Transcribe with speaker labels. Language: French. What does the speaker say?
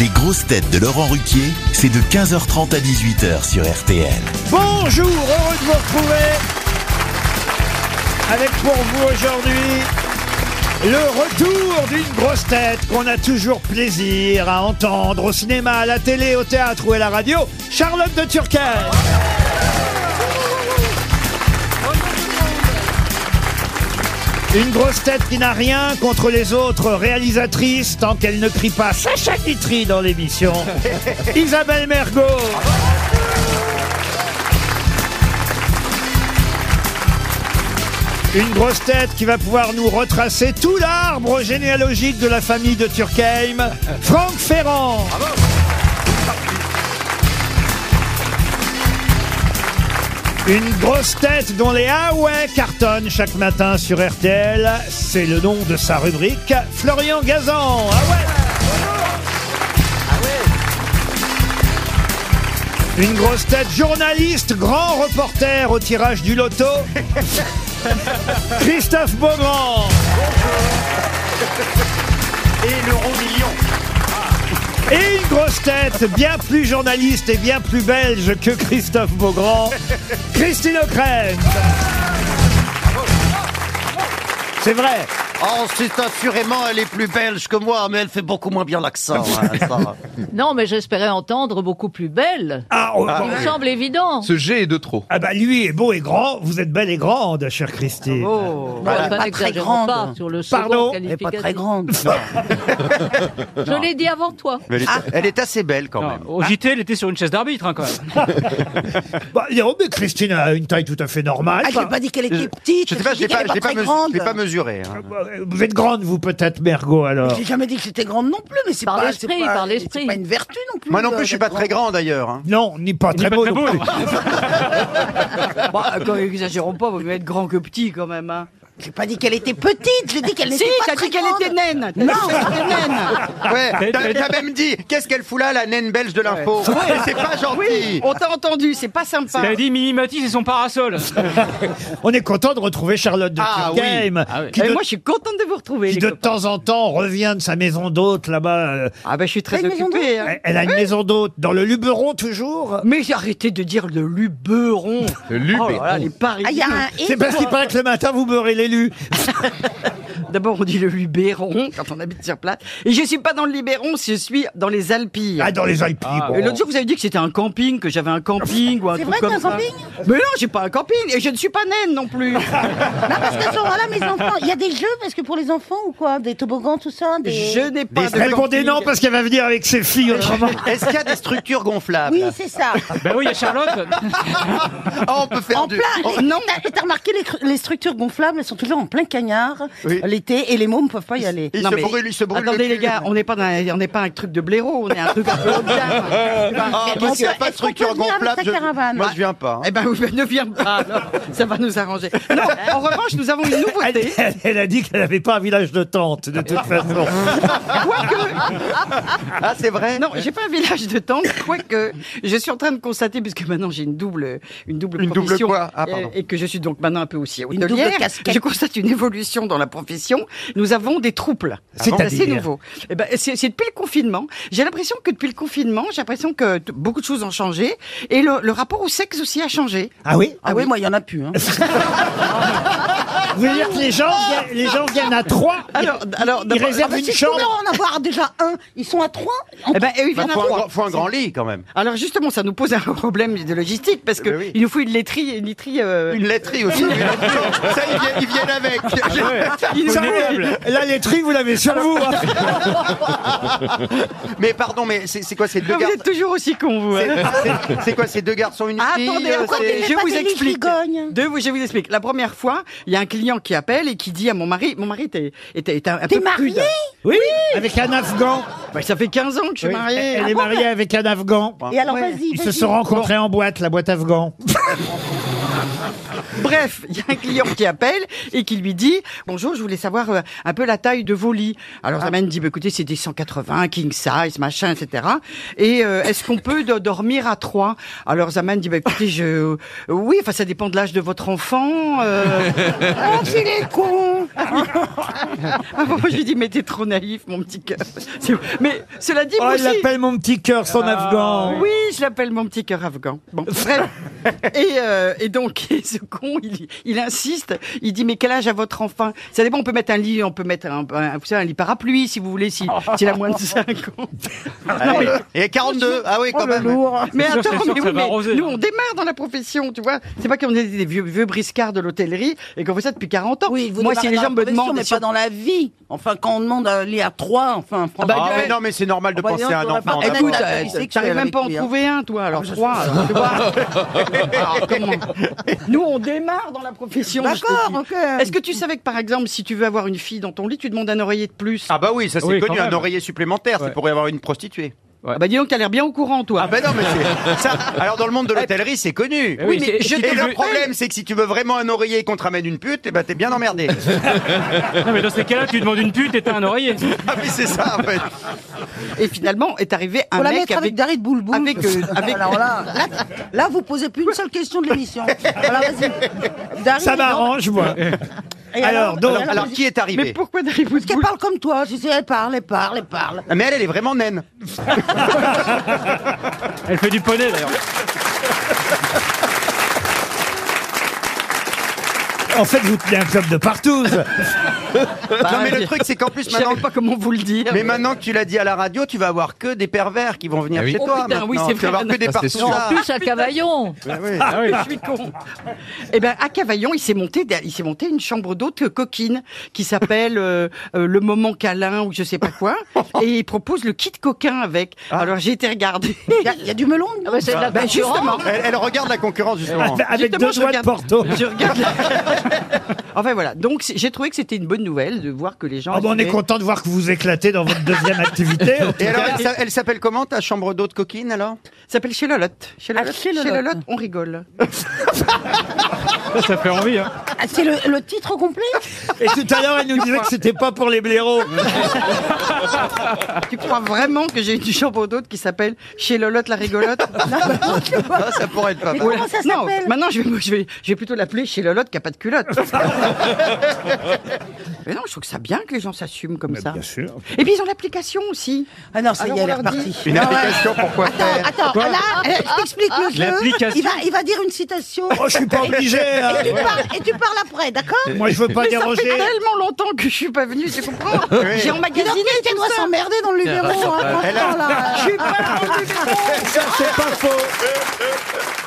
Speaker 1: Les grosses têtes de Laurent Ruquier, c'est de 15h30 à 18h sur RTL.
Speaker 2: Bonjour, heureux de vous retrouver avec pour vous aujourd'hui le retour d'une grosse tête qu'on a toujours plaisir à entendre au cinéma, à la télé, au théâtre ou à la radio, Charlotte de Turckheim. Une grosse tête qui n'a rien contre les autres réalisatrices tant qu'elle ne crie pas Sacha Guitry dans l'émission. Isabelle Mergot. Une grosse tête qui va pouvoir nous retracer tout l'arbre généalogique de la famille de Turckheim, Franck Ferrand. Une grosse tête dont les Huawei cartonnent chaque matin sur RTL, c'est le nom de sa rubrique, Florian Gazan. Ah ouais Une grosse tête journaliste, grand reporter au tirage du loto, Christophe Beaugrand.
Speaker 3: et l'euro million.
Speaker 2: Ah. Et une grosse tête, bien plus journaliste et bien plus belge que Christophe Beaugrand, Christine O'Krent. C'est vrai.
Speaker 3: Oh, c'est assurément, elle est plus belge que moi, mais elle fait beaucoup moins bien l'accent. hein, ça.
Speaker 4: Non, mais j'espérais entendre beaucoup plus belle.
Speaker 2: Ah, oh,
Speaker 4: Il me semble évident.
Speaker 5: Ce G est de trop.
Speaker 2: ah bah lui est beau et grand, vous êtes belle et grande, chère Christine.
Speaker 4: Bon,
Speaker 3: Voilà,
Speaker 4: enfin,
Speaker 3: pas très
Speaker 4: n'exagérons
Speaker 3: grande.
Speaker 4: pas sur le second
Speaker 2: Pardon
Speaker 3: Elle est pas
Speaker 4: qualificatif.
Speaker 3: très grande.
Speaker 4: Je l'ai dit avant toi.
Speaker 3: Mais elle, est, elle est assez belle quand même.
Speaker 6: Ah.
Speaker 7: Au JT, elle était sur une chaise d'arbitre, hein, quand même.
Speaker 2: Bah, il est- oh, mais Christine a une taille tout à fait normale.
Speaker 8: Ah, je n'ai pas dit qu'elle était petite.
Speaker 3: Je sais pas, je
Speaker 8: j'ai
Speaker 3: l'ai
Speaker 8: dit qu'elle
Speaker 3: pas,
Speaker 8: est
Speaker 3: je l'ai pas,
Speaker 8: très
Speaker 3: mesu-
Speaker 8: grande.
Speaker 3: je l'ai pas mesuré. hein.
Speaker 2: Vous êtes grande, vous peut-être, Mergot, alors.
Speaker 8: J'ai jamais dit que c'était grande non plus, mais c'est
Speaker 4: Par
Speaker 8: pas,
Speaker 4: l'esprit,
Speaker 8: c'est pas-
Speaker 4: par l'esprit.
Speaker 8: C'est pas une vertu non plus.
Speaker 3: Moi non
Speaker 8: euh,
Speaker 3: plus, je suis
Speaker 8: d'être
Speaker 3: pas très grand d'ailleurs. hein.
Speaker 2: Non, ni pas très
Speaker 7: pas
Speaker 2: beau.
Speaker 7: très
Speaker 2: non
Speaker 7: beau.
Speaker 2: plus.
Speaker 6: Bah, quand exagérons pas, vaut mieux être grand que petit quand même. Hein.
Speaker 8: J'ai pas dit qu'elle était petite, j'ai dit qu'elle
Speaker 6: Si,
Speaker 8: n'était pas
Speaker 6: t'as
Speaker 8: très
Speaker 6: dit qu'elle
Speaker 8: grande.
Speaker 6: était naine. Non, qu'elle était naine.
Speaker 8: Ah.
Speaker 3: Ouais, t'as t'as même dit, qu'est-ce qu'elle fout là, la naine belge de l'info C'est pas gentil.
Speaker 6: On t'a entendu, c'est pas sympa.
Speaker 7: Elle a dit Minimati, c'est son parasol.
Speaker 2: On est content de retrouver Charlotte de
Speaker 3: Ah,
Speaker 2: Turckheim, qui,
Speaker 6: Mais
Speaker 2: de,
Speaker 6: moi, je suis contente de vous retrouver.
Speaker 2: qui
Speaker 6: les
Speaker 2: de
Speaker 6: copains.
Speaker 2: temps en temps revient de sa maison d'hôte là-bas. euh,
Speaker 6: Ah ben, je suis très
Speaker 8: Avec maison
Speaker 6: occupée. hein.
Speaker 2: elle- elle a une maison d'hôte dans le Luberon toujours.
Speaker 6: Mais arrêtez de dire le luberon.
Speaker 5: Le lubé.
Speaker 6: Oh là là, les
Speaker 8: Ah, il y a
Speaker 6: parisiens.
Speaker 8: un et.
Speaker 2: C'est parce qu'il paraît que le matin vous beurrez l'élu.
Speaker 6: D'abord, on dit le luberon quand on habite sur place. Et je suis pas dans le Luberon, je suis dans les Alpilles.
Speaker 2: Ah, dans les Alpes. bon.
Speaker 6: Et l'autre jour, vous avez dit que c'était un camping, que j'avais un camping ou un
Speaker 8: C'est
Speaker 6: truc
Speaker 8: vrai que
Speaker 6: comme
Speaker 8: t'as un
Speaker 6: ça.
Speaker 8: camping
Speaker 6: Mais non, j'ai pas un camping et je ne suis pas naine non plus.
Speaker 8: Non, parce que voilà, mes enfants, il y a des jeux parce que pour les enfants ou quoi Des toboggans, tout ça des...
Speaker 6: Je n'ai pas de Ah,
Speaker 2: Répondez
Speaker 6: camping.
Speaker 2: non parce qu'elle va venir avec ses filles autrement.
Speaker 3: Est-ce qu'il y a des structures gonflables
Speaker 8: Oui, c'est ça.
Speaker 7: ben oui, il y a Charlotte.
Speaker 3: Ah, On peut faire
Speaker 8: En
Speaker 3: du.
Speaker 8: plein.
Speaker 6: Oh,
Speaker 3: on-
Speaker 8: Non, t'as t'as remarqué, les, cr- les structures gonflables, elles sont toujours en plein cagnard
Speaker 3: Oui.
Speaker 8: l'été et les mômes ne peuvent pas y aller.
Speaker 3: Il
Speaker 6: Non,
Speaker 3: se
Speaker 6: mais-
Speaker 3: brûle, il se brûle. le
Speaker 6: Attendez
Speaker 3: cul.
Speaker 6: les gars, on n'est pas dans un- on n'est pas un truc de blaireau, on est un truc un peu haut de gamme.
Speaker 3: Ah,
Speaker 8: Mais
Speaker 3: moi,
Speaker 8: on
Speaker 3: s'il n'y a
Speaker 8: peut-
Speaker 3: pas de
Speaker 8: est-ce qu'on peut
Speaker 3: structure
Speaker 8: venir avec
Speaker 3: gonflable,
Speaker 8: sa
Speaker 3: je-
Speaker 8: caravane
Speaker 3: moi je viens pas. hein.
Speaker 6: Eh ben oui, ben, ne viens
Speaker 7: Ah,
Speaker 6: pas, alors, ça va nous arranger. Non, en revanche, nous avons une
Speaker 2: Elle,
Speaker 6: nouveauté.
Speaker 2: elle- elle a dit qu'elle n'avait pas un village de tente, de toute façon.
Speaker 3: Ah, c'est vrai
Speaker 6: Non, j'ai pas un village de tente, quoique je suis en train de constater, puisque maintenant j'ai une double, une double
Speaker 3: Une double
Speaker 6: profession,
Speaker 3: quoi Ah, pardon.
Speaker 6: et, et que je suis donc maintenant un peu aussi
Speaker 8: double
Speaker 6: hôtelière,
Speaker 8: casquette.
Speaker 6: je constate une évolution dans la profession. Nous avons des troubles.
Speaker 3: Ah
Speaker 6: C'est
Speaker 2: C'est-à-dire
Speaker 6: assez nouveau. Eh ben, c'est c'est depuis le confinement. J'ai l'impression que depuis le confinement, j'ai l'impression que t- beaucoup de choses ont changé, et le, le rapport au sexe aussi a changé.
Speaker 2: Ah oui
Speaker 8: Ah, oui, moi, il n'y en a plus. hein.
Speaker 2: Vous voulez dire que les gens, viennent- les gens viennent à trois
Speaker 6: Alors, alors
Speaker 2: Ils
Speaker 6: d'abord- ah, bah,
Speaker 2: réservent
Speaker 8: Mais
Speaker 2: une
Speaker 8: C'est tout
Speaker 2: chambre
Speaker 8: marrant d'en avoir déjà un. Ils sont à trois. En-
Speaker 6: eh ben, eh oui, il y en
Speaker 3: Bah,
Speaker 6: a
Speaker 3: faut, un,
Speaker 6: trois.
Speaker 3: grand- faut un grand lit quand même.
Speaker 6: Alors justement, ça nous pose un problème de logistique parce que
Speaker 3: Ben oui.
Speaker 6: il nous faut une laiterie, une laiterie. euh,
Speaker 3: Une laiterie aussi. une laiterie. Ça, ils viennent, ils viennent avec.
Speaker 6: il nous
Speaker 2: Ça,
Speaker 6: faut-
Speaker 2: La laiterie, vous l'avez sur vous.
Speaker 6: Ah, bah,
Speaker 2: hein.
Speaker 3: Mais pardon, mais c'est c'est quoi ces deux
Speaker 6: Vous
Speaker 3: garçons
Speaker 6: êtes toujours aussi con, vous. hein.
Speaker 3: C'est- c'est- C'est quoi ces deux garçons une fille
Speaker 6: Attendez,
Speaker 3: euh,
Speaker 6: attendez,
Speaker 3: c'est-
Speaker 8: mais
Speaker 6: je
Speaker 8: pas
Speaker 6: vous
Speaker 8: des lits
Speaker 6: explique.
Speaker 8: frigognes.
Speaker 6: Deux, vous- je vous explique. La première fois, il y a un client qui appelle et qui dit à mon mari, mon mari était, était, était un peu
Speaker 8: T'es marié
Speaker 6: prude.
Speaker 2: Oui, avec un Afghan.
Speaker 6: Bah, ça fait 15 ans que je suis mariée.
Speaker 2: Elle est mariée avec un Afghan.
Speaker 8: Et alors,
Speaker 6: Ouais.
Speaker 8: vas-y.
Speaker 2: Ils se
Speaker 8: vas-y.
Speaker 2: sont rencontrés en boîte, la boîte Afghan.
Speaker 6: Bref, il y a un client qui appelle et qui lui dit Bonjour, je voulais savoir euh, un peu la taille de vos lits. Alors,
Speaker 2: Ah.
Speaker 6: ça m'a dit bah, Écoutez, c'est des 180, king size, machin, etc. Et euh, est-ce qu'on peut do- dormir à 3 Alors, Zaman dit bah, Écoutez, euh.
Speaker 2: Ah,
Speaker 6: je... oui, enfin, ça dépend de l'âge de votre enfant. euh.
Speaker 8: Oh, il est con
Speaker 6: Ah bon, je lui dis, mais t'es trop naïf, mon petit cœur. C'est- Mais cela dit,
Speaker 2: Oh,
Speaker 6: moi
Speaker 2: il
Speaker 6: aussi- Ah,
Speaker 2: l'appelle mon petit cœur, son
Speaker 9: Oh.
Speaker 2: afghan.
Speaker 6: Oui, je l'appelle mon petit cœur afghan. Bon, bref. Et, euh, et donc, ce con, il, il insiste. Il dit, mais quel âge a votre enfant Ça dépend, on peut mettre un lit, on peut mettre un, un- vous savez, un lit parapluie, si vous voulez, si- s'il a moins de 5 ans.
Speaker 3: Ah,
Speaker 6: Non, mais-
Speaker 10: Et 42, ah oui, quand
Speaker 11: Oh, le
Speaker 10: même.
Speaker 11: lourd.
Speaker 6: mais
Speaker 9: C'est sûr,
Speaker 6: attends,
Speaker 9: c'est sûr que
Speaker 6: mais oui,
Speaker 9: ça va
Speaker 6: mais
Speaker 9: arroser,
Speaker 6: nous
Speaker 9: hein.
Speaker 6: on démarre dans la profession, tu vois. C'est pas qu'on est des vieux, vieux briscards de l'hôtellerie et qu'on fait ça depuis 40 ans.
Speaker 8: Oui, vous
Speaker 6: Moi, si les gens me demandent,
Speaker 8: mais
Speaker 6: si-
Speaker 8: pas dans la vie. Enfin, quand on demande un lit à trois, enfin, franchement.
Speaker 6: bah,
Speaker 3: mais non, mais c'est normal de
Speaker 8: bah,
Speaker 3: penser
Speaker 8: dis donc,
Speaker 3: à un
Speaker 8: t'aurais pas-
Speaker 3: enfant.
Speaker 8: Eh,
Speaker 3: d'abord.
Speaker 8: écoute, euh,
Speaker 6: Écoute, euh,
Speaker 8: sexuel
Speaker 6: j'arrive même
Speaker 8: avec
Speaker 6: pas à en
Speaker 8: lui, hein. Ah,
Speaker 6: trouver un, toi, alors trois, alors, tu vois.
Speaker 3: Ah,
Speaker 6: Alors, Ah, comment Nous, on démarre dans la profession. je te
Speaker 8: D'accord,
Speaker 6: dis.
Speaker 8: ok.
Speaker 6: Est-ce que tu savais que, par exemple, si tu veux avoir une fille dans ton lit, tu demandes un oreiller de plus
Speaker 3: Ah bah oui, ça c'est
Speaker 9: Oui, quand
Speaker 3: connu, un
Speaker 9: même.
Speaker 3: oreiller supplémentaire,
Speaker 9: Ouais.
Speaker 3: c'est pour y avoir une prostituée.
Speaker 6: Ah Bah dis donc, t'as l'air bien au courant, toi.
Speaker 3: Ah bah non, mais c'est ça. Alors dans le monde de l'hôtellerie, c'est connu.
Speaker 9: Eh oui, c'est- si
Speaker 3: Et
Speaker 9: tu
Speaker 3: le
Speaker 9: veux-
Speaker 3: problème, c'est que si tu veux vraiment un oreiller et qu'on te ramène une pute, eh ben t'es bien emmerdé.
Speaker 9: Non, mais dans ces cas-là, tu demandes une pute et t'as un oreiller.
Speaker 3: ah oui, c'est ça en fait.
Speaker 6: Et finalement, est arrivé un
Speaker 8: Faut la
Speaker 6: mec
Speaker 8: mettre avec
Speaker 6: avec...
Speaker 8: Darid Boulboul.
Speaker 6: avec, euh, avec-
Speaker 8: Alors là, là, là, vous posez plus une seule question de l'émission. Voilà, vas-y.
Speaker 2: Ça
Speaker 8: Darid, dis donc.
Speaker 2: m'arrange, moi.
Speaker 8: Et
Speaker 2: Alors, donc,
Speaker 3: Alors, alors, qui est
Speaker 6: Mais
Speaker 3: arrivé
Speaker 6: pourquoi d'arriver
Speaker 8: Parce qu'elle parle comme toi, tu sais, elle parle, elle parle, elle parle.
Speaker 3: Ah, Mais elle, elle est vraiment naine.
Speaker 9: Elle fait du poney d'ailleurs.
Speaker 2: En fait, vous tenez un club de partout.
Speaker 6: Bah,
Speaker 3: non mais le truc, c'est qu'en plus
Speaker 6: Je
Speaker 3: maintenant.
Speaker 6: savais pas comment vous le dire.
Speaker 3: Mais maintenant que tu l'as dit à la radio, tu vas avoir que des pervers qui vont venir
Speaker 5: Eh oui.
Speaker 3: chez
Speaker 6: Oh,
Speaker 3: toi.
Speaker 6: putain, oui,
Speaker 3: maintenant. Ah,
Speaker 6: c'est
Speaker 3: tu vas
Speaker 6: vrai,
Speaker 3: avoir que des
Speaker 5: ça,
Speaker 3: partout.
Speaker 5: c'est sûr.
Speaker 3: là.
Speaker 4: Plus à Cavaillon.
Speaker 3: Ah
Speaker 6: Ah Je suis con. Eh ben, à Cavaillon, il s'est monté, il s'est monté une chambre d'hôte coquine qui s'appelle euh, euh, le moment câlin ou je sais pas quoi, et il propose le kit coquin avec. Alors j'ai été regarder.
Speaker 8: Il y a- il y, a du melon
Speaker 4: Ah
Speaker 8: dedans.
Speaker 4: bah, c'est de la
Speaker 6: Ben,
Speaker 4: concurrence.
Speaker 6: justement,
Speaker 3: Elle, elle regarde la concurrence justement.
Speaker 2: Avec
Speaker 6: Justement,
Speaker 2: deux
Speaker 6: je
Speaker 2: doigts de
Speaker 6: regarde-
Speaker 2: Porto.
Speaker 6: je regarde. enfin voilà. Donc c'est- j'ai trouvé que c'était une bonne nouvelle de voir que les gens.
Speaker 2: Ah bah, on est
Speaker 6: aimaient.
Speaker 2: content de voir que vous éclatez dans votre deuxième activité. en tout
Speaker 3: Et alors,
Speaker 2: cas.
Speaker 3: elle s'a- elle s'appelle comment ta chambre d'hôte coquine alors
Speaker 6: Ça s'appelle chez Lolotte. Chez
Speaker 8: Ah,
Speaker 6: Lolotte.
Speaker 8: chez Lolotte.
Speaker 6: on rigole.
Speaker 9: Ça fait envie, hein.
Speaker 8: Ah, c'est le, le titre complet
Speaker 2: Et tout à l'heure, elle nous disait que c'était pas pour les blaireaux.
Speaker 6: tu crois vraiment que j'ai une chambre d'hôte qui s'appelle chez Lolotte la rigolote
Speaker 3: Ah, Ça pourrait être pas
Speaker 8: Mais
Speaker 3: mal.
Speaker 8: comment ça
Speaker 6: Non,
Speaker 8: s'appelle
Speaker 6: maintenant je vais, je vais, je vais plutôt l'appeler chez Lolotte qui a pas de culotte. mais non, je trouve que ça bien que les gens s'assument comme ça.
Speaker 2: sûr.
Speaker 6: Et puis ils ont l'application aussi.
Speaker 8: Ah non, ça y
Speaker 6: Alors,
Speaker 8: est,
Speaker 6: on
Speaker 8: elle est
Speaker 6: leur dit- Ah
Speaker 8: repartie.
Speaker 3: Une application pour quoi
Speaker 8: Attends,
Speaker 3: faire
Speaker 8: attends, là,
Speaker 6: euh,
Speaker 8: elle- je t'explique le jeu.
Speaker 9: L'application.
Speaker 8: Il va, il va dire une citation.
Speaker 2: Oh, je suis pas obligé. hein.
Speaker 8: Et tu parles, et tu parles après, d'accord
Speaker 2: Moi, je veux pas
Speaker 6: Mais ça fait
Speaker 2: déroger.
Speaker 6: tellement longtemps que je suis pas venue, tu comprends J'ai
Speaker 8: Dis donc,
Speaker 6: emmagasiné
Speaker 8: tu
Speaker 6: tout
Speaker 8: dois
Speaker 6: ça.
Speaker 8: s'emmerder dans le numéro. hein, franchement, là.
Speaker 6: Je suis pas dans le numéro.
Speaker 2: Ça, c'est pas faux.